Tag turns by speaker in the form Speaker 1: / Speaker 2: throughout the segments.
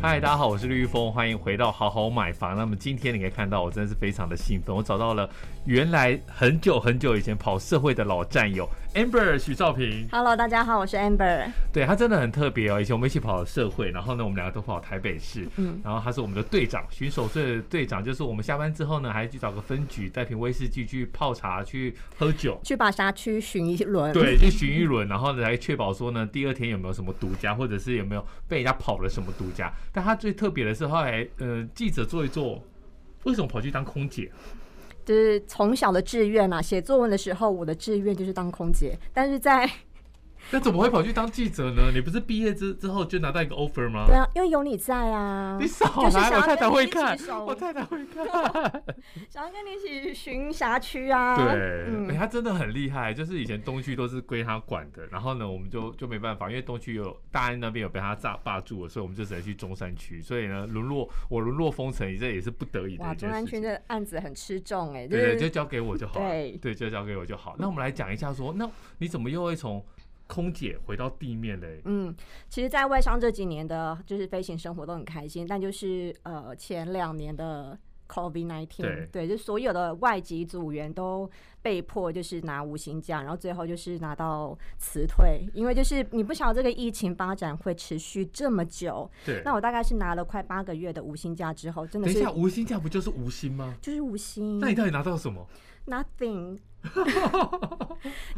Speaker 1: 嗨，大家好，我是绿玉峰，欢迎回到好好买房。那么今天你可以看到，我真的是非常的兴奋，我找到了原来很久很久以前跑社会的老战友 Amber 许兆平。
Speaker 2: Hello，大家好，我是 Amber。
Speaker 1: 对他真的很特别哦，以前我们一起跑社会，然后呢，我们两个都跑台北市，嗯，然后他是我们的队长，巡守队的队长，就是我们下班之后呢，还去找个分局带瓶威士忌去泡茶、去喝酒，
Speaker 2: 去把辖区巡一 轮，
Speaker 1: 对，去巡一轮，然后呢，来确保说呢，第二天有没有什么独家，或者是有没有被人家跑了什么独家。但他最特别的是，后来呃，记者做一做，为什么跑去当空姐？
Speaker 2: 就是从小的志愿啊，写作文的时候，我的志愿就是当空姐，但是
Speaker 1: 啊
Speaker 2: 在
Speaker 1: 那怎么会跑去当记者呢？你不是毕业之之后就拿到一个 offer 吗
Speaker 2: 对？啊，因为有你在啊，
Speaker 1: 你少
Speaker 2: 就是
Speaker 1: 来，
Speaker 2: 想
Speaker 1: 我
Speaker 2: 要
Speaker 1: 太太
Speaker 2: 跟你
Speaker 1: 会
Speaker 2: 一起
Speaker 1: 看，
Speaker 2: 熟
Speaker 1: 我太太会看。
Speaker 2: 想要跟你一起巡辖区啊，
Speaker 1: 对，哎、
Speaker 2: 嗯，
Speaker 1: 他真的很厉害，就是以前东区都是归他管的，然后呢，我们就就没办法，因为东区有大安那边有被他霸霸住了，所以我们就只能去中山区，所以呢，沦落我沦落封城，这也是不得已的
Speaker 2: 哇，
Speaker 1: 一件
Speaker 2: 中
Speaker 1: 事
Speaker 2: 山区
Speaker 1: 情。
Speaker 2: 这案子很吃重哎、就
Speaker 1: 对对，就是交给我就好了。
Speaker 2: 对
Speaker 1: 对，就交给我就好。那我们来讲一下说，那你怎么又会从空姐回到地面嘞？
Speaker 2: 嗯，其实，在外商这几年的，就是飞行生活都很开心，但就是呃，前两年的 COVID 1 9
Speaker 1: 对
Speaker 2: 对，就所有的外籍组员都被迫就是拿无薪假，然后最后就是拿到辞退，因为就是你不晓得这个疫情发展会持续这么久。
Speaker 1: 对，
Speaker 2: 那我大概是拿了快八个月的无薪假之后，真的
Speaker 1: 等一
Speaker 2: 是嗯
Speaker 1: 下，无薪假不就是无薪吗？
Speaker 2: 就是无薪
Speaker 1: 那你到底拿到什么？
Speaker 2: ，nothing 。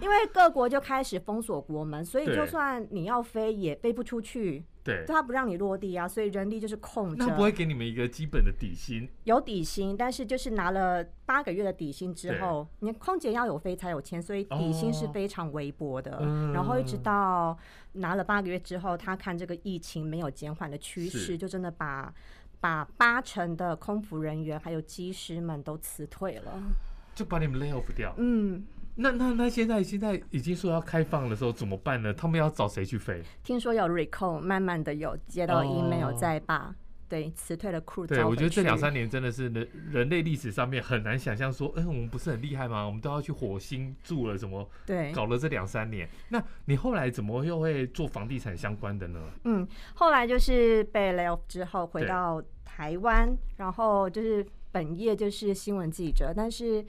Speaker 2: 因为各国就开始封锁国门，所以就
Speaker 1: 对
Speaker 2: 算你要飞也飞不出去。
Speaker 1: 对，
Speaker 2: 他不让你落地啊，所以人力就是啊空
Speaker 1: 那不会
Speaker 2: 着。
Speaker 1: 给你们一个基本的底薪？
Speaker 2: 有底薪，但是就是拿了八个月的底薪之后，你空姐要有飞才有钱，所以底薪是
Speaker 1: 哦
Speaker 2: 非常微薄的。
Speaker 1: 嗯
Speaker 2: 然后一直到拿了八个月之后，他看这个疫情没有减缓的趋
Speaker 1: 是
Speaker 2: 势，就真的把。把八成的空服人员还有机师们都辞退了，
Speaker 1: 嗯就把你们 lay off 掉？
Speaker 2: 嗯，
Speaker 1: 那那那现在现在已经说要开放的时候怎么办呢？他们要找谁去飞？
Speaker 2: 听说有 recall，慢慢的有接到
Speaker 1: 哦
Speaker 2: email 再把、对辞退的 crew
Speaker 1: 对，
Speaker 2: 招
Speaker 1: 我
Speaker 2: 回
Speaker 1: 觉得这
Speaker 2: 去
Speaker 1: 两三年真的是人人类历史上面很难想象说，嗯，我们不是很厉害吗？我们都要去火星住了，什么
Speaker 2: 对
Speaker 1: 搞了这两三年。那你后来怎么又会做房地产相关的呢？
Speaker 2: 嗯，后来就是被 lay off 之后回
Speaker 1: 对
Speaker 2: 到台湾，然后就是本业就是新闻记者，但是。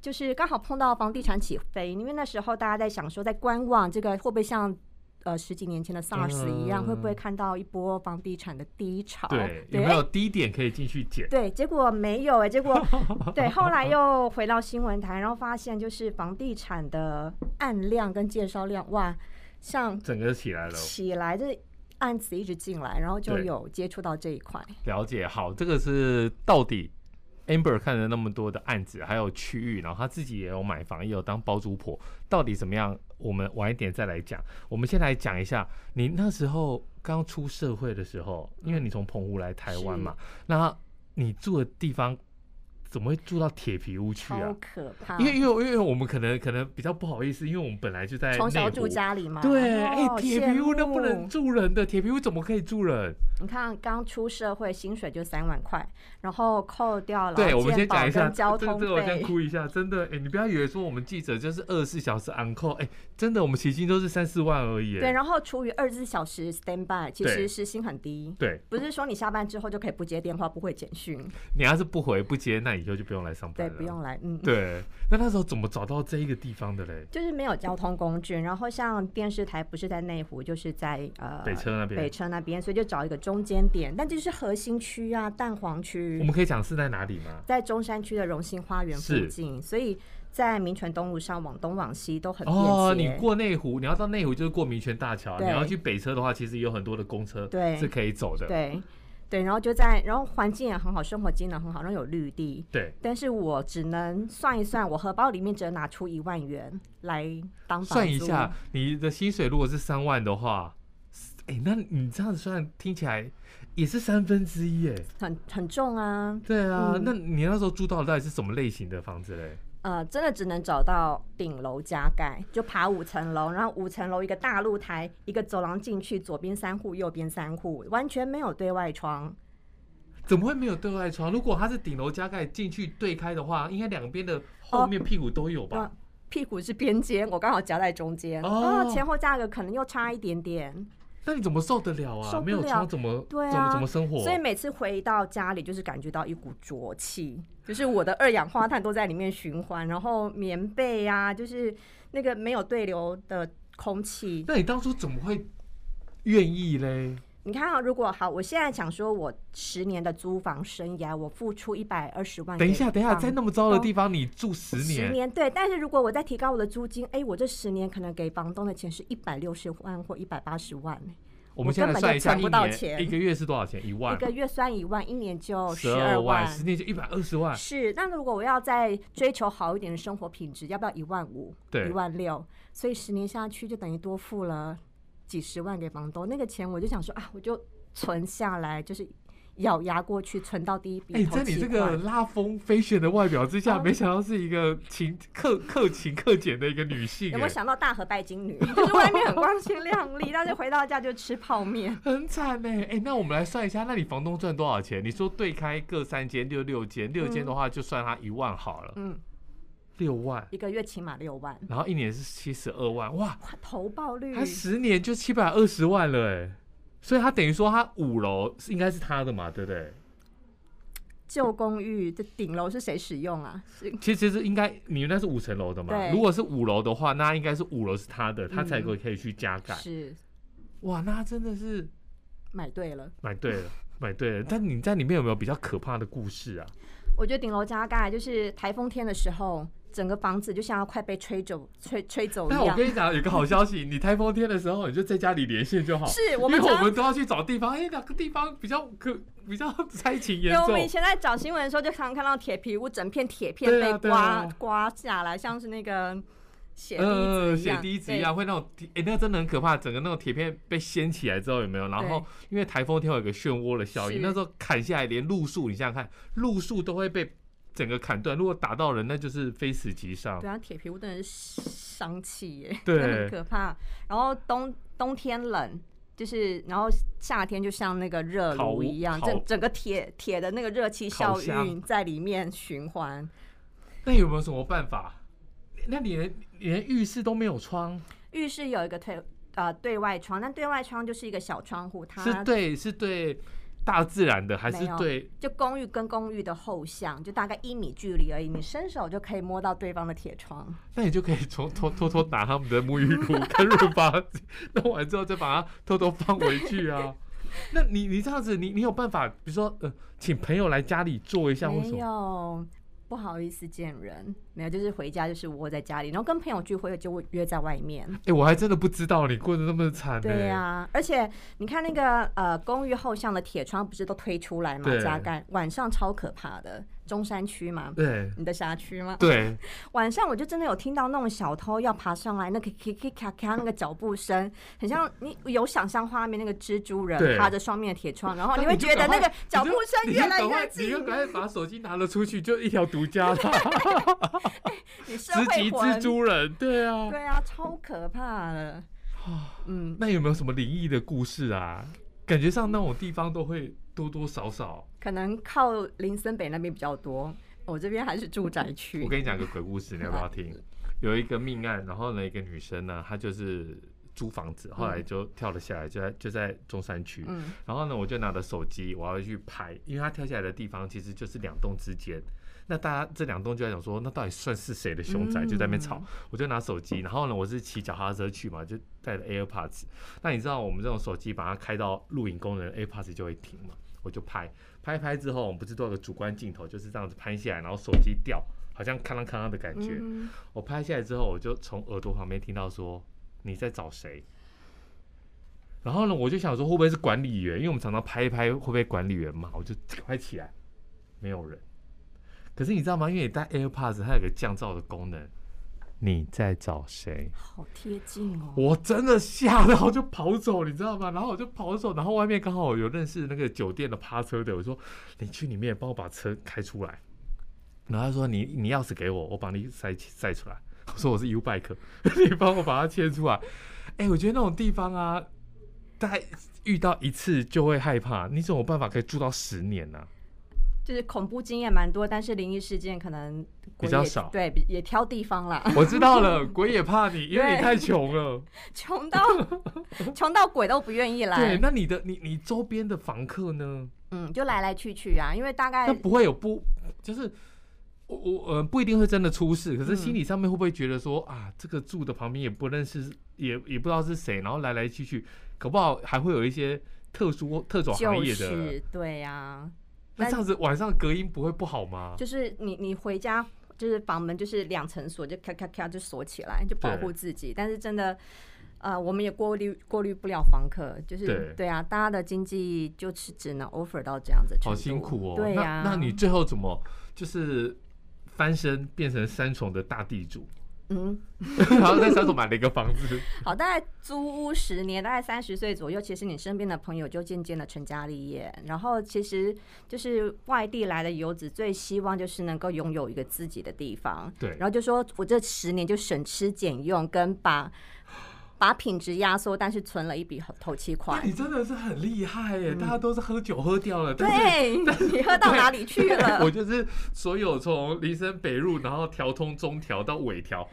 Speaker 2: 就是刚好碰到房地产起飞，因为那时候大家在想说，在观望这个会不会像呃十几年前的 SARS 一样，
Speaker 1: 嗯
Speaker 2: 会不会看到一波房地产的低潮？
Speaker 1: 对，有
Speaker 2: 对，
Speaker 1: 没有
Speaker 2: 哎
Speaker 1: 低点可以进去捡？
Speaker 2: 对，结果没有哎、结果对，后来又回到新闻台，然后发现就是房地产的案量跟介绍量，哇，像
Speaker 1: 整个起来了，
Speaker 2: 起来，这案子一直进来，然后就
Speaker 1: 对
Speaker 2: 有接触到这一块。
Speaker 1: 了解。好，这个是到底 Amber 看了那么多的案子，还有区域，然后他自己也有买房，也有当包租婆，到底怎么样？我们晚一点再来讲。我们先来讲一下，你那时候刚出社会的时候，因为你从澎湖来台湾嘛，那你住的地方怎么会住到铁皮屋去
Speaker 2: 超
Speaker 1: 啊？
Speaker 2: 可怕！
Speaker 1: 因为因为因为我们可能可能比较不好意思，因为我们本来就在
Speaker 2: 从小
Speaker 1: 哎内湖
Speaker 2: 住。家里嘛，
Speaker 1: 对，哎、
Speaker 2: 哦
Speaker 1: 铁皮屋
Speaker 2: 羡
Speaker 1: 那不能
Speaker 2: 慕
Speaker 1: 住人的，铁皮屋怎么可以住人？
Speaker 2: 你看，刚出社会，薪水就三万块，然后扣掉了
Speaker 1: 对，我们
Speaker 2: 健
Speaker 1: 先
Speaker 2: 保
Speaker 1: 讲一下
Speaker 2: 跟交
Speaker 1: 这个
Speaker 2: 通
Speaker 1: 这个我先
Speaker 2: 费，
Speaker 1: 哭一下，真的，哎、你不要以为说我们记者就是二十四小时 on call，哎、真的，我们起薪都是三四万而已。
Speaker 2: 对，
Speaker 1: 哎
Speaker 2: 然后除以二十四小时 stand by，其
Speaker 1: 对
Speaker 2: 实时薪很低。
Speaker 1: 对，
Speaker 2: 不是说你下班之后就可以不接电话、不回简讯，
Speaker 1: 你要是不回不接，那以后就不用来上班
Speaker 2: 对，
Speaker 1: 了。
Speaker 2: 不用来，嗯，
Speaker 1: 对那那时候怎么找到这一个地方的嘞？
Speaker 2: 就是没有交通工具。然后像电视台不是在内湖，就是在呃
Speaker 1: 北车那
Speaker 2: 北
Speaker 1: 边，
Speaker 2: 车那边，所以就找一个中间点，但就是核心区啊，蛋黄
Speaker 1: 我
Speaker 2: 区，
Speaker 1: 们可以讲是在哪里吗？
Speaker 2: 在中山区的荣兴花园附
Speaker 1: 是
Speaker 2: 近，所以在民权东路上往东往西都很便捷。
Speaker 1: 哦，你过内湖，你要到内湖就是过民权大桥，你
Speaker 2: 对
Speaker 1: 要去北车的话，其实有很多的公车
Speaker 2: 对
Speaker 1: 是可以走的。
Speaker 2: 对对，然后就在，然后环境也很好，生活机能很好，然后有绿地。
Speaker 1: 对，
Speaker 2: 但是我只能算一算，我荷包里面只能拿出一万元来当房
Speaker 1: 算一
Speaker 2: 租
Speaker 1: 下，你的薪水如果是三万的话，哎、那你这样算听起来也是三分之一哎。
Speaker 2: 很很重啊。
Speaker 1: 对啊，
Speaker 2: 嗯
Speaker 1: 那你那时候租到的到底是什么类型的房子嘞？
Speaker 2: 呃，真的只能找到顶楼加盖，就爬五层楼，然后五层楼一个大露台，一个走廊进去，左边三户，右边三户，完全没有对外窗。
Speaker 1: 怎么会没有对外窗？如果它是顶楼加盖进去对开的话，应该两边的
Speaker 2: 哦
Speaker 1: 后面屁股都有吧？
Speaker 2: 那屁股是边间，我刚好夹在中间，
Speaker 1: 哦
Speaker 2: 啊前后价格可能又差一点点。
Speaker 1: 但你怎么受得了啊？
Speaker 2: 受不
Speaker 1: 没有
Speaker 2: 了
Speaker 1: 窗怎么
Speaker 2: 对
Speaker 1: 怎么
Speaker 2: 啊
Speaker 1: 怎么生活？
Speaker 2: 所以每次回到家里，就是感觉到一股浊气，就是我的二氧化碳都在里面循环，然后棉被啊，就是那个没有对流的空气。
Speaker 1: 那你当初怎么会愿意嘞？
Speaker 2: 你看啊，如果好，我现在想说，我十年的租房生涯，我付出一百二十万。
Speaker 1: 等一下，等一下，在那么糟的
Speaker 2: 东
Speaker 1: 地方你住十
Speaker 2: 哦十
Speaker 1: 年，
Speaker 2: 年对，但是如果我再提高我的租金，哎，我这十年可能给房东的钱是一百六十万或一百八十万，
Speaker 1: 我
Speaker 2: 我
Speaker 1: 们现在
Speaker 2: 根本
Speaker 1: 算
Speaker 2: 就
Speaker 1: 一下，
Speaker 2: 存
Speaker 1: 一
Speaker 2: 不到
Speaker 1: 年
Speaker 2: 钱
Speaker 1: 一个月是多少钱？一万
Speaker 2: 一，个月算一万，一年就
Speaker 1: 十
Speaker 2: 二
Speaker 1: 二万，十年就一百二十万。
Speaker 2: 是，那如果我要再追求好一点的生活品质，要不要一万五、
Speaker 1: 对
Speaker 2: 一万六？所以十年下去就等于多付了几十万给房东。那个钱我就想说啊，我就存下来，就是咬牙过去存到第一笔
Speaker 1: 哎，
Speaker 2: 投
Speaker 1: 在你
Speaker 2: 期
Speaker 1: 这
Speaker 2: 款
Speaker 1: 个拉风飞旋的外表之下，
Speaker 2: 哦
Speaker 1: 没想到是一个勤克克勤克俭的一个女性
Speaker 2: 有没有
Speaker 1: 哎，
Speaker 2: 想到大和拜金女？ 就是外面很光鲜亮丽，但是回到家就吃泡面。
Speaker 1: 很惨哎哎。那我们来算一下，那你房东赚多少钱？你说对开各三间，六六间，六间的话就算他一万好了，
Speaker 2: 嗯，
Speaker 1: 六万，
Speaker 2: 一个月起码六万，
Speaker 1: 然后一年是七十二万，哇，
Speaker 2: 哇，投报率
Speaker 1: 他十年就七百二十万了哎。所以他等于说，他五楼是应该是他的嘛，对不对？
Speaker 2: 旧公寓的顶楼是谁使用啊？是
Speaker 1: 其实其实应该你们那是五层楼的嘛，
Speaker 2: 对
Speaker 1: 如果是五楼的话，那应该是五楼是他的，他才
Speaker 2: 嗯
Speaker 1: 可以可以去加盖。
Speaker 2: 是
Speaker 1: 哇，那他真的是
Speaker 2: 买对了。
Speaker 1: 买对 了，买对了。但你在里面有没有比较可怕的故事啊？
Speaker 2: 我觉得顶楼加盖就是台风天的时候，整个房子就像要快被吹走、吹吹走一
Speaker 1: 但我
Speaker 2: 样。
Speaker 1: 跟你讲，有个好消息，你台风天的时候你就在家里连线就好。
Speaker 2: 是我
Speaker 1: 因为
Speaker 2: 们
Speaker 1: 我
Speaker 2: 常。
Speaker 1: 们都要去找地方，哎，哪个地方比较可比较灾情
Speaker 2: 因
Speaker 1: 严
Speaker 2: 为啊我们
Speaker 1: 重？啊
Speaker 2: 以前在找新闻的时候，就常常看到铁皮屋整片铁片
Speaker 1: 对啊
Speaker 2: 被
Speaker 1: 对
Speaker 2: 刮、
Speaker 1: 啊
Speaker 2: 刮下来，像是那个血滴
Speaker 1: 呃，
Speaker 2: 子一
Speaker 1: 血
Speaker 2: 样。
Speaker 1: 滴子一样，会那种铁，哎，那真的很可怕。整个那种铁片被掀起来之后，有没有？然后因为台风天会有一个漩涡的效应，
Speaker 2: 是
Speaker 1: 那时候砍下来，连路树，你想想看，路树都会被整个砍断。如果打到人，那就是非死即
Speaker 2: 对。
Speaker 1: 伤。
Speaker 2: 对啊，铁皮屋真的是伤气耶，
Speaker 1: 对
Speaker 2: 真的很可怕。然后冬冬天冷，就是然后夏天就像那个热
Speaker 1: 烤
Speaker 2: 炉一样，
Speaker 1: 烤
Speaker 2: 整整个铁铁的那个热气
Speaker 1: 烤
Speaker 2: 效
Speaker 1: 箱
Speaker 2: 应在里面循环。
Speaker 1: 那有没有什么办法？那你连连浴室都没有窗，
Speaker 2: 浴室有一个对呃对外窗，但对外窗就是一个小窗户，
Speaker 1: 是
Speaker 2: 它
Speaker 1: 对是对大自然的，还是
Speaker 2: 没有
Speaker 1: 对
Speaker 2: 就公寓跟公寓的后巷，就大概一米距离而已，你伸手就可以摸到对方的铁窗。
Speaker 1: 那你就可以从偷偷偷拿他们的沐浴露跟润发弄完之后，再把它偷偷放回去 啊。那你你这样子，你你有办法，比如说呃，请朋友来家里做一下，或什
Speaker 2: 没
Speaker 1: 么？
Speaker 2: 有，不好意思见人，没有，就是回家就是窝在家里，然后跟朋友聚会就约在外面。
Speaker 1: 哎、我还真的不知道你过得那么惨呢、
Speaker 2: 对呀、啊而且你看那个呃公寓后巷的铁窗不是都推出来嘛，
Speaker 1: 对
Speaker 2: 加盖晚上超可怕的，中山区嘛，
Speaker 1: 对
Speaker 2: 你的辖区吗？
Speaker 1: 哎对，
Speaker 2: 晚上我就真的有听到那种小偷要爬上来，那个 k k 咔咔那个脚步声，很像
Speaker 1: 嗯
Speaker 2: 你有想象画面那个蜘蛛
Speaker 1: 对
Speaker 2: 人趴着上面的铁窗，然后
Speaker 1: 那
Speaker 2: 你会
Speaker 1: 你就
Speaker 2: 觉得
Speaker 1: 赶快
Speaker 2: 那个脚步声
Speaker 1: 你就
Speaker 2: 越来
Speaker 1: 赶快
Speaker 2: 越
Speaker 1: 你就
Speaker 2: 近，
Speaker 1: 赶快把手机拿了出去，就一条独 家了，
Speaker 2: 你社
Speaker 1: 直
Speaker 2: 会
Speaker 1: 击蜘
Speaker 2: 魂，
Speaker 1: 蛛人，对啊。
Speaker 2: 对啊，超可 怕的。嗯，
Speaker 1: 那有没有什么灵异的故事啊？感觉上那种地方都会多多少少。
Speaker 2: 可能靠林森北那边比较多，我这边还是住宅区
Speaker 1: 我。跟你讲个鬼故事，你要不要听？有一个命案，然后呢，一个女生呢，她就是租房子，后来就跳了下来，就在就在中山区。
Speaker 2: 嗯，
Speaker 1: 然后呢，我就拿着手机，我要去拍，因为她跳下来的地方其实就是两栋之间。那大家这两栋就在讲说，那到底算是谁的凶宅？就在那边吵。我就拿手机，然后呢，我是骑脚踏车去嘛，就带着 AirPods。那你知道我们这种手机把它开到录影功能，AirPods 就会停嘛。我就拍，拍一拍之后，我们不是都有个主观镜头，就是这样子拍下来，然后手机掉，好像咔啷咔啷的感觉。
Speaker 2: 嗯哼
Speaker 1: 我拍下来之后，我就从耳朵旁边听到说你在找谁。然后呢，我就想说会不会是管理员？因为我们常常拍一拍，会不会管理员嘛？我就赶快起来，没有人。可是你知道吗？因为你戴 AirPods，它有个降噪的功能。你在找谁？
Speaker 2: 好贴近哦。
Speaker 1: 我真的吓到就跑走，你知道吗？然后我就跑走，然后外面刚好有认识那个酒店的趴车的，我说你去里面帮我把车开出来。然后他说你你钥匙给我，我把你塞塞出来。我说我是 U bike，你 帮我把它牵出来。哎、我觉得那种地方啊，大概遇到一次就会害怕，你怎么有办法可以住到十年呢、啊
Speaker 2: 就是恐怖经验蛮多，但是灵异事件可能
Speaker 1: 比
Speaker 2: 鬼
Speaker 1: 较
Speaker 2: 也
Speaker 1: 少
Speaker 2: 对，比也挑地方啦，
Speaker 1: 我知道了，鬼也怕你，因为你
Speaker 2: 对
Speaker 1: 太穷了。
Speaker 2: 穷到穷到鬼都不愿意
Speaker 1: 对，
Speaker 2: 来，
Speaker 1: 那你的你你周边的房客呢？
Speaker 2: 嗯，就来来去去啊，因为大概
Speaker 1: 那不会有不就是我我呃不一定会真的出事，
Speaker 2: 嗯
Speaker 1: 可是心理上面会不会觉得说、啊，这个住的旁边也不认识，也也不知道是谁，然后来来去去，搞不好还会有一些特殊特种行
Speaker 2: 就
Speaker 1: 业的。
Speaker 2: 是对呀、
Speaker 1: 那这样子晚上隔音不会不好吗？
Speaker 2: 就是你你回家就是房门就是两层锁，就咔咔咔就锁起来，就保护
Speaker 1: 对
Speaker 2: 自己。但是真的，呃，我们也过滤过滤不了房客，就是
Speaker 1: 对
Speaker 2: 啊，大家的经济就是只能 offer 到这样子程度，
Speaker 1: 好辛苦哦。
Speaker 2: 对啊呀、
Speaker 1: 那那你最后怎么就是翻身变成三重的大地主，
Speaker 2: 嗯，
Speaker 1: 然后在三重买了一个房子？
Speaker 2: 好，大概租屋十年，大概三十岁左右，其实你身边的朋友就渐渐的成家立业，然后其实就是外地来的游子最希望就是能够拥有一个自己的地方，
Speaker 1: 对
Speaker 2: 然后就说我这十年就省吃俭用，跟把把品质压缩，但是存了一笔头期
Speaker 1: 那
Speaker 2: 款
Speaker 1: 你。真的是很厉害耶！大家都是喝酒喝掉了，但是
Speaker 2: 嗯对，你喝到哪里去
Speaker 1: 我
Speaker 2: 了？
Speaker 1: 就是所有从林森北路，然后调通中调到尾调，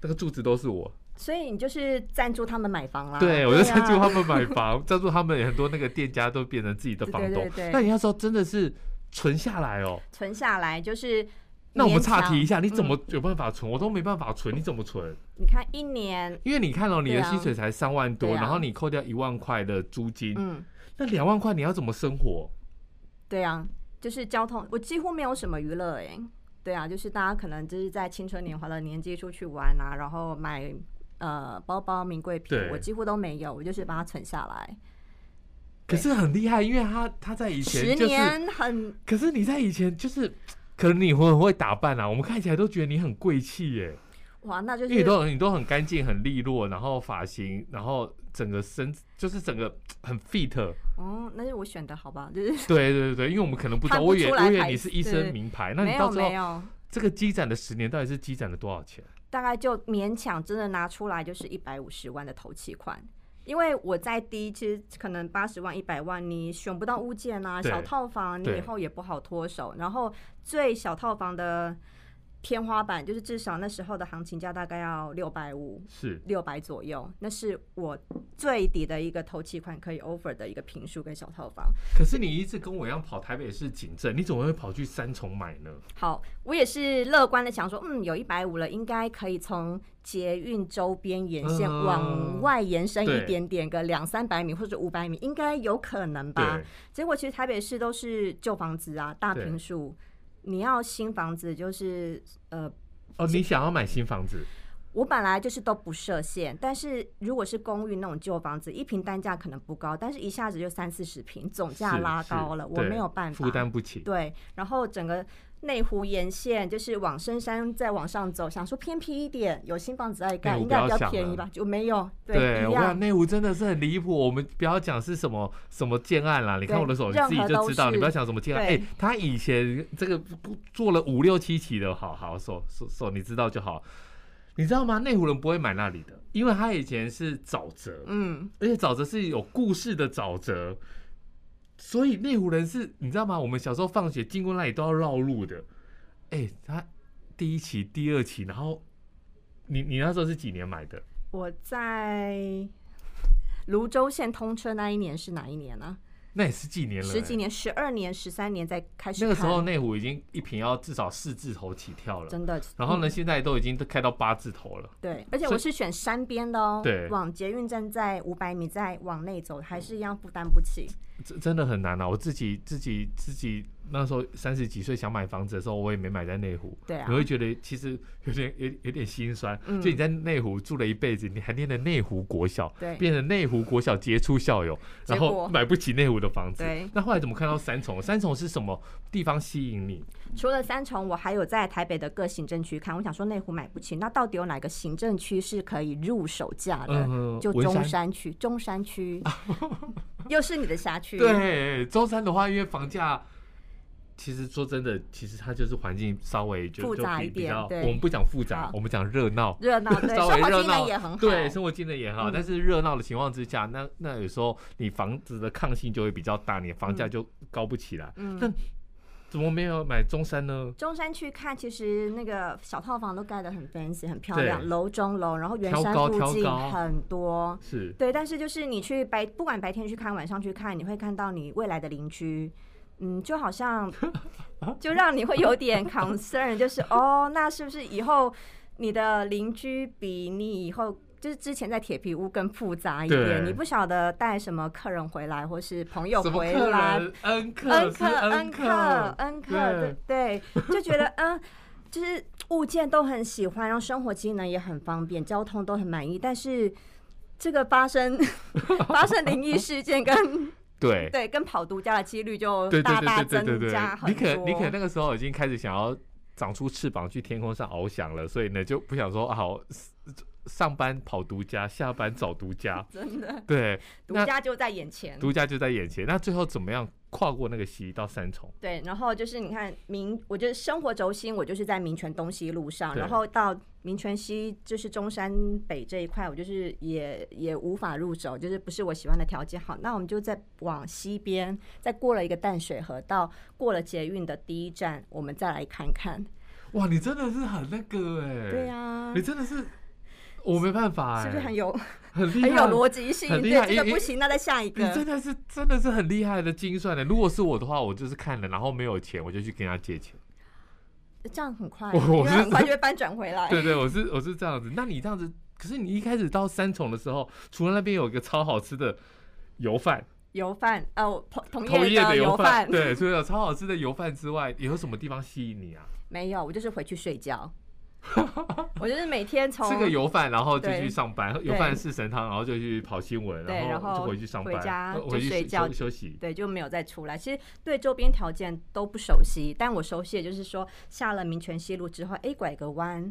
Speaker 1: 那个柱子都是我。
Speaker 2: 所以你就是赞助他们买房啦。
Speaker 1: 对，我就
Speaker 2: 啊
Speaker 1: 赞助他们买房，赞助他们很多那个店家都变成自己的房
Speaker 2: 对
Speaker 1: 东
Speaker 2: 对对。
Speaker 1: 那你那时候真的是存下来哦。
Speaker 2: 存下来就是。
Speaker 1: 那我们岔题一
Speaker 2: 下，
Speaker 1: 下，你怎
Speaker 2: 嗯
Speaker 1: 么有办法存？我都没办法存，你怎么存？
Speaker 2: 你看一年，
Speaker 1: 因为你看到、哦你的
Speaker 2: 对啊
Speaker 1: 薪水才三万多，
Speaker 2: 对啊
Speaker 1: 然后你扣掉一万块的租金，
Speaker 2: 嗯，
Speaker 1: 那两万块你要怎么生活？
Speaker 2: 对啊，就是交通，我几乎没有什么娱乐哎、对啊，就是大家可能就是在青春年华的年纪出去玩啊，然后买呃包包、名贵品
Speaker 1: 对，
Speaker 2: 我几乎都没有，我就是把它存下来。
Speaker 1: 可是很厉害，因为他他在以
Speaker 2: 十
Speaker 1: 前就是
Speaker 2: 年很
Speaker 1: 可是你在以前就是，可能你会很会打扮啊，我们看起来都觉得你很贵气耶，
Speaker 2: 哇，那就
Speaker 1: 因为你
Speaker 2: 是
Speaker 1: 都你都很干净、很利落，然后发型，然后整个身就是整个很 fit。
Speaker 2: 嗯，那是我选的好吧？就是
Speaker 1: 对对对对，因为我们可能不知道，
Speaker 2: 看不
Speaker 1: 我以为
Speaker 2: 出
Speaker 1: 我
Speaker 2: 来
Speaker 1: 以为
Speaker 2: 牌
Speaker 1: 你
Speaker 2: 子
Speaker 1: 是一身名牌，那你
Speaker 2: 没有
Speaker 1: 到时
Speaker 2: 没
Speaker 1: 候
Speaker 2: 有，
Speaker 1: 这个积攒的十年到底是积攒了多少钱？
Speaker 2: 大概就勉强真的拿出来就是一百五十万的头期款。因为我再低，其实可能八十万、一百万，你选不到物件啊，
Speaker 1: 对
Speaker 2: 小套房你
Speaker 1: 对
Speaker 2: 以后也不好脱手。然后最小套房的天花板就是至少那时候的行情价大概要六百五、
Speaker 1: 是
Speaker 2: 六百左右，那是我最底的一个头期款可以 offer 的一个平数跟小套房。
Speaker 1: 可是你一直跟我一样跑台北市警政，你怎么会跑去三重买呢？
Speaker 2: 好，我也是乐观的想说，嗯，有一百五了，应该可以从捷运周边沿线
Speaker 1: 嗯
Speaker 2: 往外延伸
Speaker 1: 对
Speaker 2: 一点点，个两三百米或者五百米，应该有可能吧
Speaker 1: 对。，
Speaker 2: 结果其实台北市都是旧房子啊，大
Speaker 1: 对
Speaker 2: 平数，你要新房子就是呃。
Speaker 1: 哦，你想要买新房子，
Speaker 2: 我本来就是都不设限，但是如果是公寓那种旧房子，一平单价可能不高，但是一下子就三四十平，总价
Speaker 1: 是
Speaker 2: 拉
Speaker 1: 是
Speaker 2: 高了，我
Speaker 1: 对
Speaker 2: 没有办法
Speaker 1: 负担不起。
Speaker 2: 对，然后整个内湖沿线就是往深山再往上走，想说偏僻一点，有新房子爱盖，
Speaker 1: 内湖
Speaker 2: 应该
Speaker 1: 哎不要
Speaker 2: 比较
Speaker 1: 想
Speaker 2: 便
Speaker 1: 了
Speaker 2: 宜吧？就没有，
Speaker 1: 对，
Speaker 2: 一
Speaker 1: 我
Speaker 2: 样
Speaker 1: 想。内湖真的是很离谱。我们不要讲是什么什么建案啦，你看
Speaker 2: 对
Speaker 1: 我的手，你
Speaker 2: 任
Speaker 1: 自己
Speaker 2: 何
Speaker 1: 就
Speaker 2: 都
Speaker 1: 知道。你
Speaker 2: 是
Speaker 1: 不要想什么建案，哎、
Speaker 2: 对
Speaker 1: 他以前这个做了五六七期的，好好手手手，你知道就好。你知道吗？内湖人不会买那里的，因为他以前是沼泽，
Speaker 2: 嗯，
Speaker 1: 而且沼泽是有故事的沼泽，所以内湖人是，你知道吗？我们小时候放学经过那里都要绕路的。哎、他第一期、第二期，然后你你那时候是几年买的？
Speaker 2: 我在 泸州县通车那一年是哪一年呢、
Speaker 1: 那也是几年了、
Speaker 2: 十
Speaker 1: 哎
Speaker 2: 几年，十二年、十三年再开始
Speaker 1: 那
Speaker 2: 看。
Speaker 1: 个时候内湖已经一瓶要至少四字头起跳了，
Speaker 2: 真的，
Speaker 1: 然后呢，
Speaker 2: 嗯？
Speaker 1: 现在都已经都开到八字头了。
Speaker 2: 对，而且
Speaker 1: 所以
Speaker 2: 我是选山边的哦，
Speaker 1: 对
Speaker 2: 往捷运站在五百米再往内走，还是一样负担不起。
Speaker 1: 真真的很难啊！我自己自己自己那时候三十几岁想买房子的时候，我也没买在内湖。
Speaker 2: 对啊
Speaker 1: 你会觉得其实有点有有点心酸。
Speaker 2: 嗯
Speaker 1: 就你在内湖住了一辈子，你还念了内湖国小，
Speaker 2: 对
Speaker 1: 变成内湖国小杰出校友，
Speaker 2: 结
Speaker 1: 然
Speaker 2: 果
Speaker 1: 后买不起内湖的房子
Speaker 2: 对。
Speaker 1: 那后来怎么看到三重？三重是什么地方吸引你？
Speaker 2: 除了三重，我还有在台北的各行政区看。我想说内湖买不起，那到底有哪个行政区是可以入手价的？
Speaker 1: 嗯
Speaker 2: 就
Speaker 1: 文
Speaker 2: 中
Speaker 1: 山
Speaker 2: 山区，中山区 又是你的辖区。
Speaker 1: 对，中山的话，因为房价，其实说真的，其实它就是环境稍微就
Speaker 2: 复
Speaker 1: 就
Speaker 2: 杂
Speaker 1: 比
Speaker 2: 一
Speaker 1: 比
Speaker 2: 点
Speaker 1: 较
Speaker 2: 对
Speaker 1: 我们不讲复杂
Speaker 2: 好，
Speaker 1: 我们讲热闹。
Speaker 2: 热闹，对，
Speaker 1: 稍
Speaker 2: 生
Speaker 1: 微
Speaker 2: 活
Speaker 1: 热
Speaker 2: 机能
Speaker 1: 闹
Speaker 2: 也很好。
Speaker 1: 对，生活技能也好，
Speaker 2: 嗯
Speaker 1: 但是热闹的情况之下，那那有时候你房子的抗性就会比较大，你的房价就高不起来。
Speaker 2: 嗯
Speaker 1: 但怎么没有买中山呢？
Speaker 2: 中山去看，其实那个小套房都盖得很 fancy，很漂亮，
Speaker 1: 对
Speaker 2: 楼中楼，然后圆
Speaker 1: 挑
Speaker 2: 山
Speaker 1: 高
Speaker 2: 附
Speaker 1: 挑
Speaker 2: 近
Speaker 1: 高
Speaker 2: 很多。
Speaker 1: 是
Speaker 2: 对，但是就是你去白，不管白天去看，晚上去看，你会看到你未来的邻居，嗯，就 好像就让你会有点 concern，就是哦，那是不是以后你的邻居比你以后就是之前在铁皮屋更复杂一点？
Speaker 1: 对
Speaker 2: 你不晓得带什么客人回来，或是朋友
Speaker 1: 什么
Speaker 2: 回
Speaker 1: 客
Speaker 2: 来，
Speaker 1: 人？恩嗯客
Speaker 2: 恩
Speaker 1: 是
Speaker 2: 客恩客
Speaker 1: 客，
Speaker 2: 恩客，对对，就觉得 嗯，就是物件都很喜欢，然后生活机能也很方便，交通都很满意，但是。这个发生 发生灵异事 件跟
Speaker 1: 对。
Speaker 2: 对跟跑独家的几率就
Speaker 1: 对对
Speaker 2: 大
Speaker 1: 对
Speaker 2: 大
Speaker 1: 对对
Speaker 2: 增
Speaker 1: 对
Speaker 2: 加
Speaker 1: 对，
Speaker 2: 很
Speaker 1: 你
Speaker 2: 多。，
Speaker 1: 可你可那个时候已经开始想要长出翅膀去天空上翱翔了，所以呢就不想说啊好上班跑独家，下班找独家
Speaker 2: 真的
Speaker 1: 对，
Speaker 2: 独
Speaker 1: 那
Speaker 2: 家就在眼前。
Speaker 1: 独家就在眼前。那最后怎么样跨过那个溪到三重？
Speaker 2: 对，然后就是你看民，我觉得生活轴心，我就是在民权东西路上，
Speaker 1: 对
Speaker 2: 然后到民权西就是中山北这一块，我就是也也无法入手，就是不是我喜欢的条件。好，那我们就再往西边，再过了一个淡水河，到过了捷运的第一站，我们再来看看。
Speaker 1: 哇，你真的是很那个哎、
Speaker 2: 对、呀、
Speaker 1: 你真的是我没办法哎、
Speaker 2: 是不是很有
Speaker 1: 很厉害？
Speaker 2: 很有逻辑性？
Speaker 1: 很厉
Speaker 2: 对，
Speaker 1: 害
Speaker 2: 这个
Speaker 1: 因
Speaker 2: 不行，那再下一
Speaker 1: 你真
Speaker 2: 个。
Speaker 1: 的是真的是很厉害的精算的。如果是我的话，我就是看了，然后没有钱，我就去跟他借钱。
Speaker 2: 这样很快，
Speaker 1: 我
Speaker 2: 因
Speaker 1: 我
Speaker 2: 为
Speaker 1: 是
Speaker 2: 很快就会翻转回来。
Speaker 1: 对对，我是我是这样子。那你这样子，可是你一开始到三重的时候，除了那边有一个超好吃的油饭，
Speaker 2: 油饭，呃，我同
Speaker 1: 同业的
Speaker 2: 的油
Speaker 1: 饭，对，除了有超好吃的油饭之外，有什么地方吸引你啊？
Speaker 2: 没有，我就是回去 睡觉。我就是每天从
Speaker 1: 吃个油饭，然后就
Speaker 2: 对
Speaker 1: 去上班，油饭是神汤，然后就去跑新闻，
Speaker 2: 对然后
Speaker 1: 就回去上
Speaker 2: 回
Speaker 1: 班，
Speaker 2: 家
Speaker 1: 呃
Speaker 2: 就
Speaker 1: 回去
Speaker 2: 睡
Speaker 1: 休
Speaker 2: 觉
Speaker 1: 休息。
Speaker 2: 对就没有再出来。其实对周边条件都不熟悉，但我熟悉的就是说，下了民权西路之后，哎，拐个弯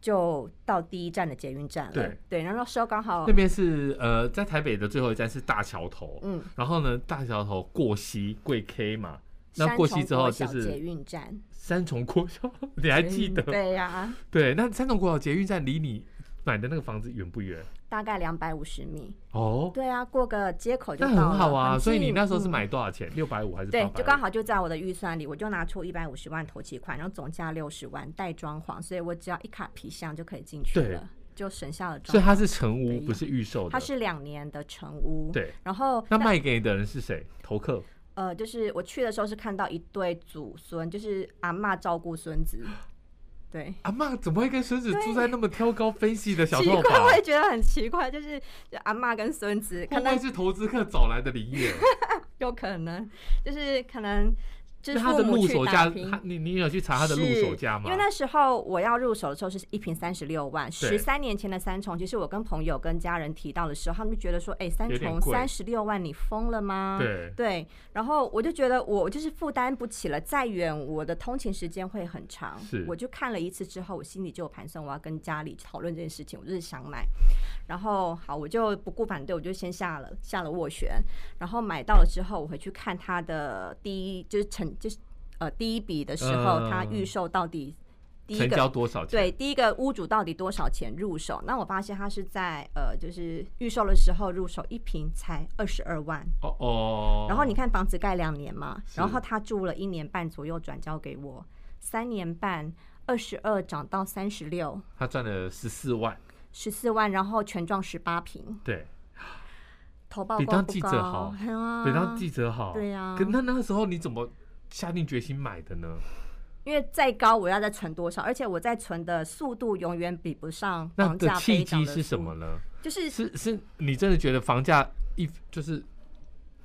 Speaker 2: 就到第一站的捷运站了。
Speaker 1: 对
Speaker 2: 然后那时候刚好
Speaker 1: 那，边是呃，在台北的最后一站是大桥头，
Speaker 2: 嗯，
Speaker 1: 然后呢，大桥头过溪贵 K 嘛，那
Speaker 2: 山
Speaker 1: 过
Speaker 2: 重
Speaker 1: 溪之后
Speaker 2: 国
Speaker 1: 就
Speaker 2: 小捷
Speaker 1: 是
Speaker 2: 运站，
Speaker 1: 三重国小， 你还记得
Speaker 2: 嗯？对呀、
Speaker 1: 对，那三重国小捷运站离你买的那个房子远不远？
Speaker 2: 大概两百五十米。
Speaker 1: 哦，
Speaker 2: 对啊，过个街口就
Speaker 1: 那
Speaker 2: 到
Speaker 1: 很好
Speaker 2: 了
Speaker 1: 啊。
Speaker 2: 很
Speaker 1: 所以你
Speaker 2: 近
Speaker 1: 那时候是
Speaker 2: 嗯
Speaker 1: 买多少钱？六百五还是
Speaker 2: 对
Speaker 1: 800？，
Speaker 2: 就刚好就在我的预算里，我就拿出一百五十万头期款，然后总价六十万带装潢，所以我只要一卡皮箱就可以进去
Speaker 1: 对
Speaker 2: 了，就省下了
Speaker 1: 所
Speaker 2: 装
Speaker 1: 以
Speaker 2: 潢。
Speaker 1: 它是成
Speaker 2: 对
Speaker 1: 屋，
Speaker 2: 呀
Speaker 1: 不是预售的。
Speaker 2: 它是两年的成屋，
Speaker 1: 对。
Speaker 2: 然后
Speaker 1: 那卖给你的人是谁？投客。
Speaker 2: 呃，就是我去的时候是看到一对祖孙，就是阿嬷照顾孙子，对。
Speaker 1: 阿妈怎么会跟孙子住在那么挑高分析的小
Speaker 2: 奇
Speaker 1: 套
Speaker 2: 怪，我
Speaker 1: 房
Speaker 2: 也？觉得很奇怪，就是就阿嬷跟孙子，
Speaker 1: 会
Speaker 2: 可
Speaker 1: 不会
Speaker 2: 能
Speaker 1: 是投资客找来的灵验？
Speaker 2: 有可能，就是可能就是
Speaker 1: 那他的
Speaker 2: 父母
Speaker 1: 入
Speaker 2: 去
Speaker 1: 手
Speaker 2: 打
Speaker 1: 价，
Speaker 2: 拼
Speaker 1: 他你你有去查他的入手价吗
Speaker 2: 是因为？那时候我要入手的时候是一瓶三十六万，
Speaker 1: 对
Speaker 2: 十三年前的三重，其实我跟朋友跟家人提到的时候，他们就觉得说，哎、三
Speaker 1: 有点
Speaker 2: 重
Speaker 1: 贵
Speaker 2: 三十六万，你疯了吗？。
Speaker 1: 对，
Speaker 2: 对，然后我就觉得我就是负担不起了，再远我的通勤时间会很长
Speaker 1: 是。
Speaker 2: 我就看了一次之后，我心里就有盘算，我要跟家里讨论这件事情，我就是想买。然后好，我就不顾反对，我就先下了下了斡旋，然后买到了之后，我回去看它的第一就是成就是呃第一笔的时候，它
Speaker 1: 嗯
Speaker 2: 预售到底第一
Speaker 1: 成
Speaker 2: 个
Speaker 1: 交多少钱？
Speaker 2: 对，第一个屋主到底多少钱入手？那我发现他是在呃，就是预售的时候入手一平才二十二万，
Speaker 1: 哦哦。
Speaker 2: 然后你看房子盖两年嘛，
Speaker 1: 是
Speaker 2: 然后他住了一年半左右转交给我，三年半二十二涨到三十六，
Speaker 1: 他赚了十四万，
Speaker 2: 十四万，然后全幢十八平，
Speaker 1: 对，
Speaker 2: 投报
Speaker 1: 比
Speaker 2: 高
Speaker 1: 当
Speaker 2: 不
Speaker 1: 记者
Speaker 2: 高
Speaker 1: 好
Speaker 2: 嗯 啊，
Speaker 1: 比当记者好。
Speaker 2: 对啊
Speaker 1: 可那那个时候你怎么下定决心买的呢？
Speaker 2: 因为再高我要再存多少，而且我再存的速度永远比不上
Speaker 1: 那
Speaker 2: 房
Speaker 1: 的
Speaker 2: 价
Speaker 1: 契
Speaker 2: 飞涨
Speaker 1: 机
Speaker 2: 的
Speaker 1: 是什
Speaker 2: 速
Speaker 1: 么
Speaker 2: 度？
Speaker 1: 呢？
Speaker 2: 就是
Speaker 1: 是是你真的觉得房价一就是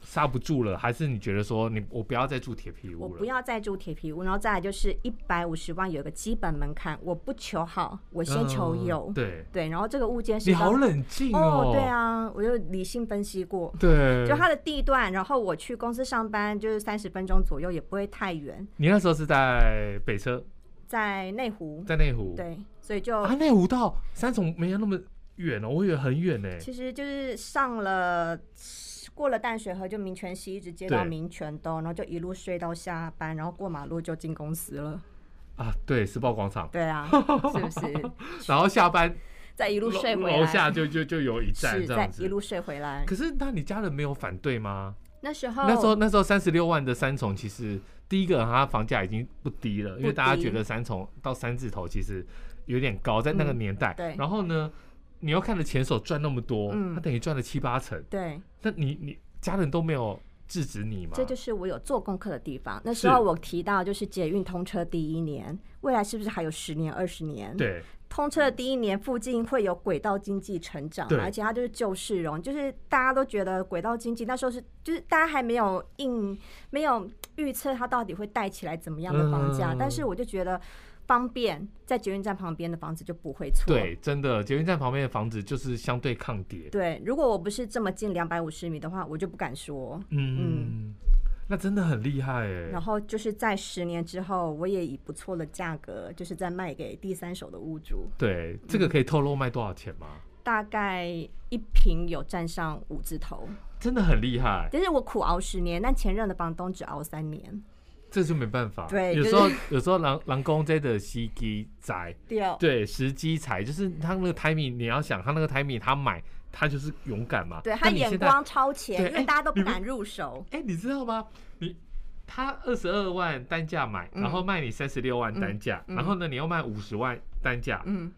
Speaker 1: 刹不住了，还是你觉得说你我不要再住铁皮
Speaker 2: 我
Speaker 1: 屋
Speaker 2: 不
Speaker 1: 了？
Speaker 2: 要再住铁皮屋，然后再来就是一百五十万有一个基本门槛，我不求好，我先求
Speaker 1: 嗯
Speaker 2: 有。
Speaker 1: 对，
Speaker 2: 对，然后这个物件是
Speaker 1: 你好
Speaker 2: 刚
Speaker 1: 冷静
Speaker 2: 哦，对啊，我就理性分析过，
Speaker 1: 对
Speaker 2: 就它的地段，然后我去公司上班就是三十分钟左右，也不会太远，
Speaker 1: 你那时候是在北车，
Speaker 2: 在内湖，
Speaker 1: 在内湖。
Speaker 2: 对，所以就、
Speaker 1: 啊，内湖到三重没有那么远哦，我以为很远呢。
Speaker 2: 其实就是上了过了淡水河，就民权西一直接到
Speaker 1: 对
Speaker 2: 民权东，然后就一路睡到下班，然后过马路就进公司了。
Speaker 1: 啊，对，时报广场，
Speaker 2: 对 啊，是不是？
Speaker 1: 然后下班
Speaker 2: 再一路睡回来，
Speaker 1: 楼下就就就有一站
Speaker 2: 是
Speaker 1: 这
Speaker 2: 再
Speaker 1: 样子
Speaker 2: 一。路睡回来。
Speaker 1: 可是那你家人没有反对吗？
Speaker 2: 那时候
Speaker 1: 那时候那时候三十六万的三重，其实第一个它房价已经不低了，因为
Speaker 2: 不
Speaker 1: 大家
Speaker 2: 低
Speaker 1: 觉得三重到三字头其实有点高，在那个
Speaker 2: 嗯
Speaker 1: 年代。
Speaker 2: 对
Speaker 1: 然后呢，你又看了前手赚那么多，
Speaker 2: 嗯
Speaker 1: 他等于赚了七八成，
Speaker 2: 对，
Speaker 1: 那你你家人都没有制止你吗？
Speaker 2: 这就是我有做功课的地方。那时候我提到就是捷运通车第一年，未来是不是还有十年、二十年？，
Speaker 1: 对
Speaker 2: 通车的第一年附近会有轨道经济成长
Speaker 1: 对
Speaker 2: 嘛，而且它就是旧市容，就是大家都觉得轨道经济那时候是，就是大家还没有硬没有预测它到底会带起来怎么样的房价，
Speaker 1: 嗯
Speaker 2: 但是我就觉得方便在捷运站旁边的房子就不会错。
Speaker 1: 对，真的，捷运站旁边的房子就是相对抗跌。
Speaker 2: 对，如果我不是这么近两百五十米的话，我就不敢说。
Speaker 1: 嗯，那真的很厉害哎、
Speaker 2: 然后就是在十年之后，我也以不错的价格，就是在卖给第三手的屋主，
Speaker 1: 对，这个可以透露卖多少钱吗？
Speaker 2: 大概一平有占上五字头。
Speaker 1: 真的很厉害，
Speaker 2: 但是我苦熬十年，但前任的房东只熬三年。
Speaker 1: 这就没办法。
Speaker 2: 对
Speaker 1: 有
Speaker 2: 就
Speaker 1: 时
Speaker 2: 是
Speaker 1: 候 有时候狼狼公这的西机宅，
Speaker 2: 对哦，
Speaker 1: 对时机财，就是他那个 timing，你要想他那个 timing，他买他就是勇敢嘛。
Speaker 2: 对他
Speaker 1: 但你
Speaker 2: 眼
Speaker 1: 现在，
Speaker 2: 光超前，
Speaker 1: 对
Speaker 2: 因为大家都
Speaker 1: 哎
Speaker 2: 不敢入手。
Speaker 1: 哎、你知道吗？你他二十二万单价买，
Speaker 2: 嗯
Speaker 1: 然后卖你三十六万单价，
Speaker 2: 嗯嗯
Speaker 1: 然后呢你要卖五十万单价。
Speaker 2: 嗯，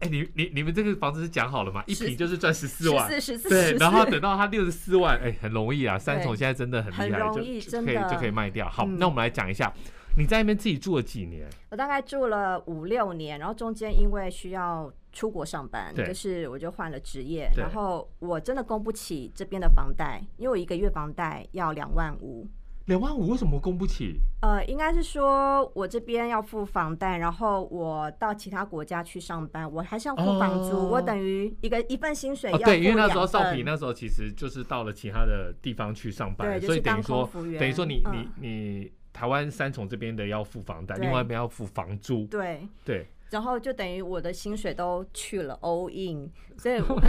Speaker 1: 哎、你你你们这个房子是讲好了嘛？一
Speaker 2: 十
Speaker 1: 平就是赚十四
Speaker 2: 十
Speaker 1: 万。
Speaker 2: 四十四
Speaker 1: 对，
Speaker 2: 十
Speaker 1: 然后
Speaker 2: 四，
Speaker 1: 等到他六十四万，哎、很容易啊。三重现在真的很厉害，
Speaker 2: 很
Speaker 1: 就
Speaker 2: 容易
Speaker 1: 就
Speaker 2: 真
Speaker 1: 可以
Speaker 2: 的
Speaker 1: 就可以卖掉。好，
Speaker 2: 嗯
Speaker 1: 那我们来讲一下，你在那边自己住了几年？
Speaker 2: 我大概住了五六年，然后中间因为需要出国上班，
Speaker 1: 对
Speaker 2: 就是我就换了职业，
Speaker 1: 对
Speaker 2: 然后我真的供不起这边的房贷，因为我一个月房贷要两万五。
Speaker 1: 两万五为什么供不起？
Speaker 2: 呃，应该是说我这边要付房贷，然后我到其他国家去上班，我还是要付房租，
Speaker 1: 哦
Speaker 2: 我等于一个一份薪水要
Speaker 1: 哦，
Speaker 2: 付、
Speaker 1: 对，因为那时候少
Speaker 2: 皮
Speaker 1: 平那时候其实就是到了其他的地方去上班，
Speaker 2: 对就
Speaker 1: 所以
Speaker 2: 是
Speaker 1: 等于
Speaker 2: 当空
Speaker 1: 说
Speaker 2: 服员
Speaker 1: 等于说你、
Speaker 2: 嗯
Speaker 1: 你你台湾三重这边的要付房贷，
Speaker 2: 对
Speaker 1: 另外一边要付房租，
Speaker 2: 对，
Speaker 1: 对，
Speaker 2: 然后就等于我的薪水都去了 all in，所以我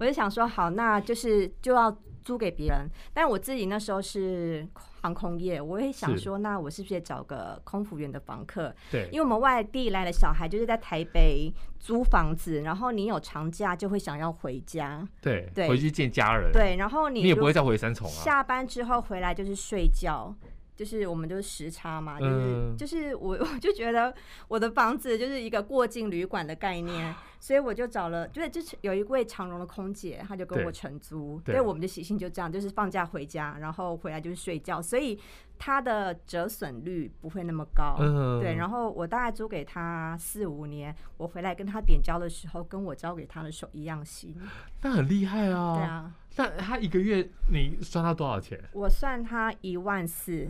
Speaker 2: 我就想说，好，那就是就要租给别人。但我自己那时候是航空业，我也想
Speaker 1: 是
Speaker 2: 说，那我是不是也找个空服员的房客？
Speaker 1: 对，
Speaker 2: 因为我们外地来的小孩就是在台北租房子，然后你有长假就会想要回家，
Speaker 1: 对，
Speaker 2: 对
Speaker 1: 回去见家人，，
Speaker 2: 对，然后
Speaker 1: 你
Speaker 2: 你
Speaker 1: 也
Speaker 2: 如
Speaker 1: 不会再回三重啊，
Speaker 2: 下班之后回来就是睡觉，就是我们就是时差嘛，就是、
Speaker 1: 嗯
Speaker 2: 就是我 我就觉得我的房子就是一个过境旅馆的概念， 所以我就找了，就是就是有一位长荣的空姐，她就跟
Speaker 1: 对
Speaker 2: 我承租，
Speaker 1: 对
Speaker 2: 对我们的习性就这样，就是放假回家，然后回来就是睡觉，所以它的折损率不会那么高。
Speaker 1: 嗯，
Speaker 2: 对，然后我大概租给他四五年，我回来跟他点交的时候，跟我交给他的时候一样新。
Speaker 1: 那很厉害
Speaker 2: 对
Speaker 1: 啊，
Speaker 2: 啊，
Speaker 1: 那他一个月你算他多少钱？
Speaker 2: 我算他一万四，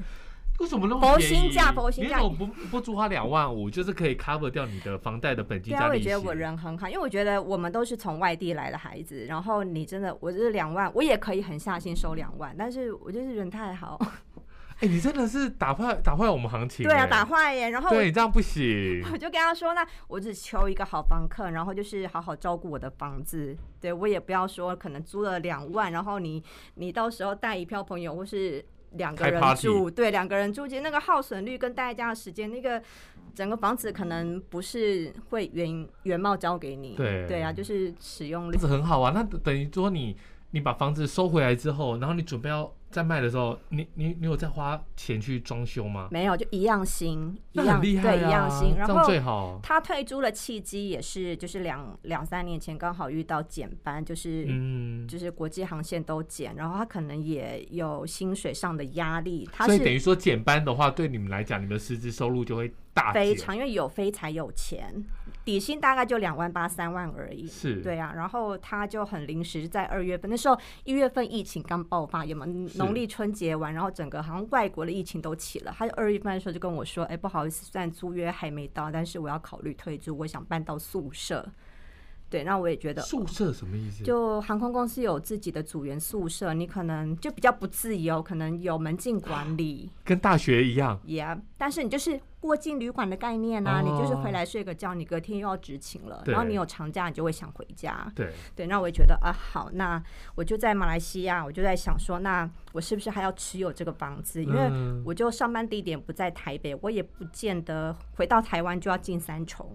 Speaker 1: 为什么那么
Speaker 2: 佛
Speaker 1: 便宜
Speaker 2: 心价佛心价
Speaker 1: 你怎么不不租他两万五，就是可以 cover 掉你的房贷的本金
Speaker 2: 对
Speaker 1: 加
Speaker 2: 啊，我
Speaker 1: 利
Speaker 2: 也
Speaker 1: 息？
Speaker 2: 觉得我人很好，因为我觉得我们都是从外地来的孩子，然后你真的，我就是两万，我也可以很下心收两万，但是我就是人太 好，
Speaker 1: 哎、你真的是打坏打坏我们行情、
Speaker 2: 对啊，
Speaker 1: 哎
Speaker 2: 打坏耶，然后我
Speaker 1: 对，你这样不行。
Speaker 2: 我就跟他说，那我只求一个好房客，然后就是好好照顾我的房子。对我也不要说可能租了两万，然后你你到时候带一票朋友或是两个
Speaker 1: 开
Speaker 2: 人
Speaker 1: party
Speaker 2: 住，对两个人住，其实那个耗损率跟代价的时间，那个整个房子可能不是会原原貌交给你。
Speaker 1: 对
Speaker 2: 啊，就是使用率
Speaker 1: 房。子很好啊，那等于说你你把房子收回来之后，然后你准备要再卖的时候，你你你有再花钱去装修吗？
Speaker 2: 没有，就一样新，一
Speaker 1: 那
Speaker 2: 样
Speaker 1: 很厉害、啊，
Speaker 2: 对，一样新。然
Speaker 1: 这
Speaker 2: 后
Speaker 1: 样最好。
Speaker 2: 他退租的契机也是，就是两两三年前刚好遇到减班，就是
Speaker 1: 嗯，
Speaker 2: 就是国际航线都减，然后他可能也有薪水上的压力，他
Speaker 1: 所以等
Speaker 2: 是
Speaker 1: 于说减班的话，对你们来讲，你们的实质收入就会大减。
Speaker 2: 非常因为有飞才有钱，底薪大概就两万八三万而已。
Speaker 1: 是，
Speaker 2: 对啊，然后他就很临时，在二月份那时候，一月份疫情刚爆发，有没有
Speaker 1: 是
Speaker 2: 农历春节完，然后整个好像外国的疫情都起了，他就二月份的时候就跟我说，哎，不好意思，虽然租约还没到，但是我要考虑退租，我想搬到宿舍。对，那我也觉得
Speaker 1: 宿舍什么意思？
Speaker 2: 就航空公司有自己的组员宿舍，你可能就比较不自由，可能有门禁管理
Speaker 1: 跟大学一样。
Speaker 2: 也但是你就是过境旅馆的概念啊，
Speaker 1: 哦
Speaker 2: 你就是回来睡个觉，你隔天又要执勤了，
Speaker 1: 对
Speaker 2: 然后你有长假，你就会想回家。
Speaker 1: 对，
Speaker 2: 对，那我也觉得啊，好，那我就在马来西亚，我就在想说，那我是不是还要持有这个房子？因为
Speaker 1: 嗯
Speaker 2: 我就上班地点不在台北，我也不见得回到台湾就要进三重。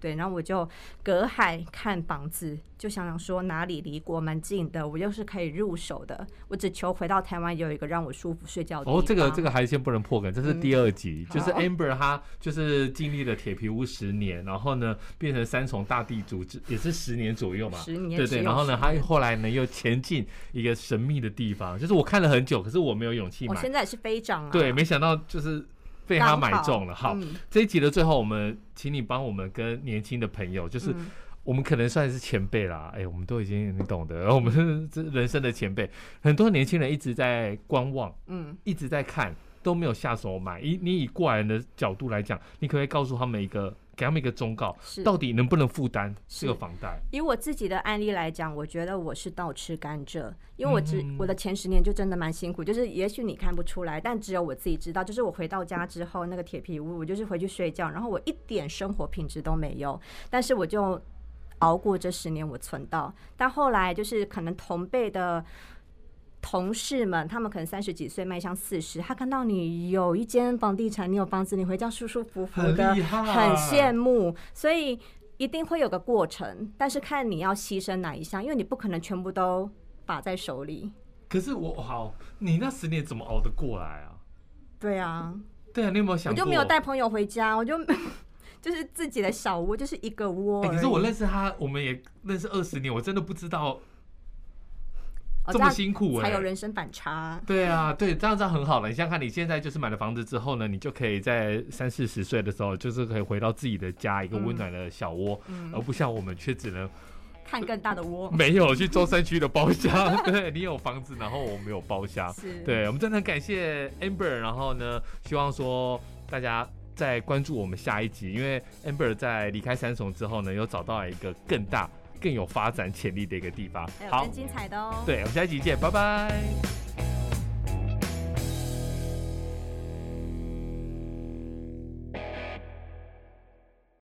Speaker 2: 对，然后我就隔海看房子，就想想说哪里离国门近的，我又是可以入手的，我只求回到台湾有一个让我舒服睡觉的地
Speaker 1: 哦，这个
Speaker 2: 方嗯
Speaker 1: 这个还先不能破梗，这是第二集，就是
Speaker 2: 好
Speaker 1: Amber 她就是经历了铁皮屋十年，然后呢变成三重大地主，这也是十年左右嘛，
Speaker 2: 十年
Speaker 1: 对
Speaker 2: 只
Speaker 1: 对，
Speaker 2: 有
Speaker 1: 然后呢
Speaker 2: 十
Speaker 1: 她
Speaker 2: 年
Speaker 1: 后来呢又前进一个神秘的地方，就是我看了很久，可是我没有勇气
Speaker 2: 我
Speaker 1: 买，
Speaker 2: 现在也是飞涨啊，
Speaker 1: 对，没想到就是被她
Speaker 2: 刚
Speaker 1: 买中了。好，
Speaker 2: 嗯
Speaker 1: 这一集的最后，我们请你帮我们跟年轻的朋友，就是
Speaker 2: 嗯
Speaker 1: 我们可能算是前辈啦，哎、我们都已经你懂得，我们是这人生的前辈，很多年轻人一直在观望。
Speaker 2: 嗯，
Speaker 1: 一直在看，都没有下手买。以你以过来人的角度来讲，你可不可以告诉他们一个，给他们一个忠告，
Speaker 2: 是。
Speaker 1: 到底能不能负担
Speaker 2: 是
Speaker 1: 这个房贷？
Speaker 2: 以我自己的案例来讲，我觉得我是倒吃甘蔗，因为我只、
Speaker 1: 嗯
Speaker 2: 我的前十年就真的蛮辛苦，就是也许你看不出来，但只有我自己知道。就是我回到家之后，那个铁皮屋，我就是回去睡觉，然后我一点生活品质都没有，但是我就熬过这十年，我存到。但后来就是可能同辈的。同事们，他们可能三十几岁，迈向四十，他看到你有一间房地产，你有房子，你回家舒舒服服的，
Speaker 1: 啊
Speaker 2: 很羡慕，所以一定会有个过程，但是看你要牺牲哪一项，因为你不可能全部都把在手里。
Speaker 1: 可是我好，你那十年怎么熬得过来啊？
Speaker 2: 对啊，
Speaker 1: 对啊，你有没有想
Speaker 2: 我
Speaker 1: 过？
Speaker 2: 就没有带朋友回家，我就 就是自己的小窝，就是一个窝而
Speaker 1: 哎、
Speaker 2: 已。
Speaker 1: 可是我认识他，我们也认识二十年，我真的不知道
Speaker 2: 哦
Speaker 1: 这么辛苦
Speaker 2: 样
Speaker 1: 哎、
Speaker 2: 才有人生反差。
Speaker 1: 对啊，对，这样这样很好了。你想想看，你现在就是买了房子之后呢，你就可以在三四十岁的时候，就是可以回到自己的家，一个温暖的小窝，
Speaker 2: 嗯
Speaker 1: 而不像我们却只能
Speaker 2: 看更大的窝
Speaker 1: 没有去中山区的包厢， 对你有房子，然后我没有包厢。
Speaker 2: 是，
Speaker 1: 对，我们真的很感谢 Amber，然后呢，希望说大家再关注我们下一集，因为 Amber 在离开三重之后呢，又找到了一个更大、更有发展潜力的一个地方
Speaker 2: 还。有
Speaker 1: 好
Speaker 2: 更，精彩的哦。
Speaker 1: 对，我们下一集见，拜拜。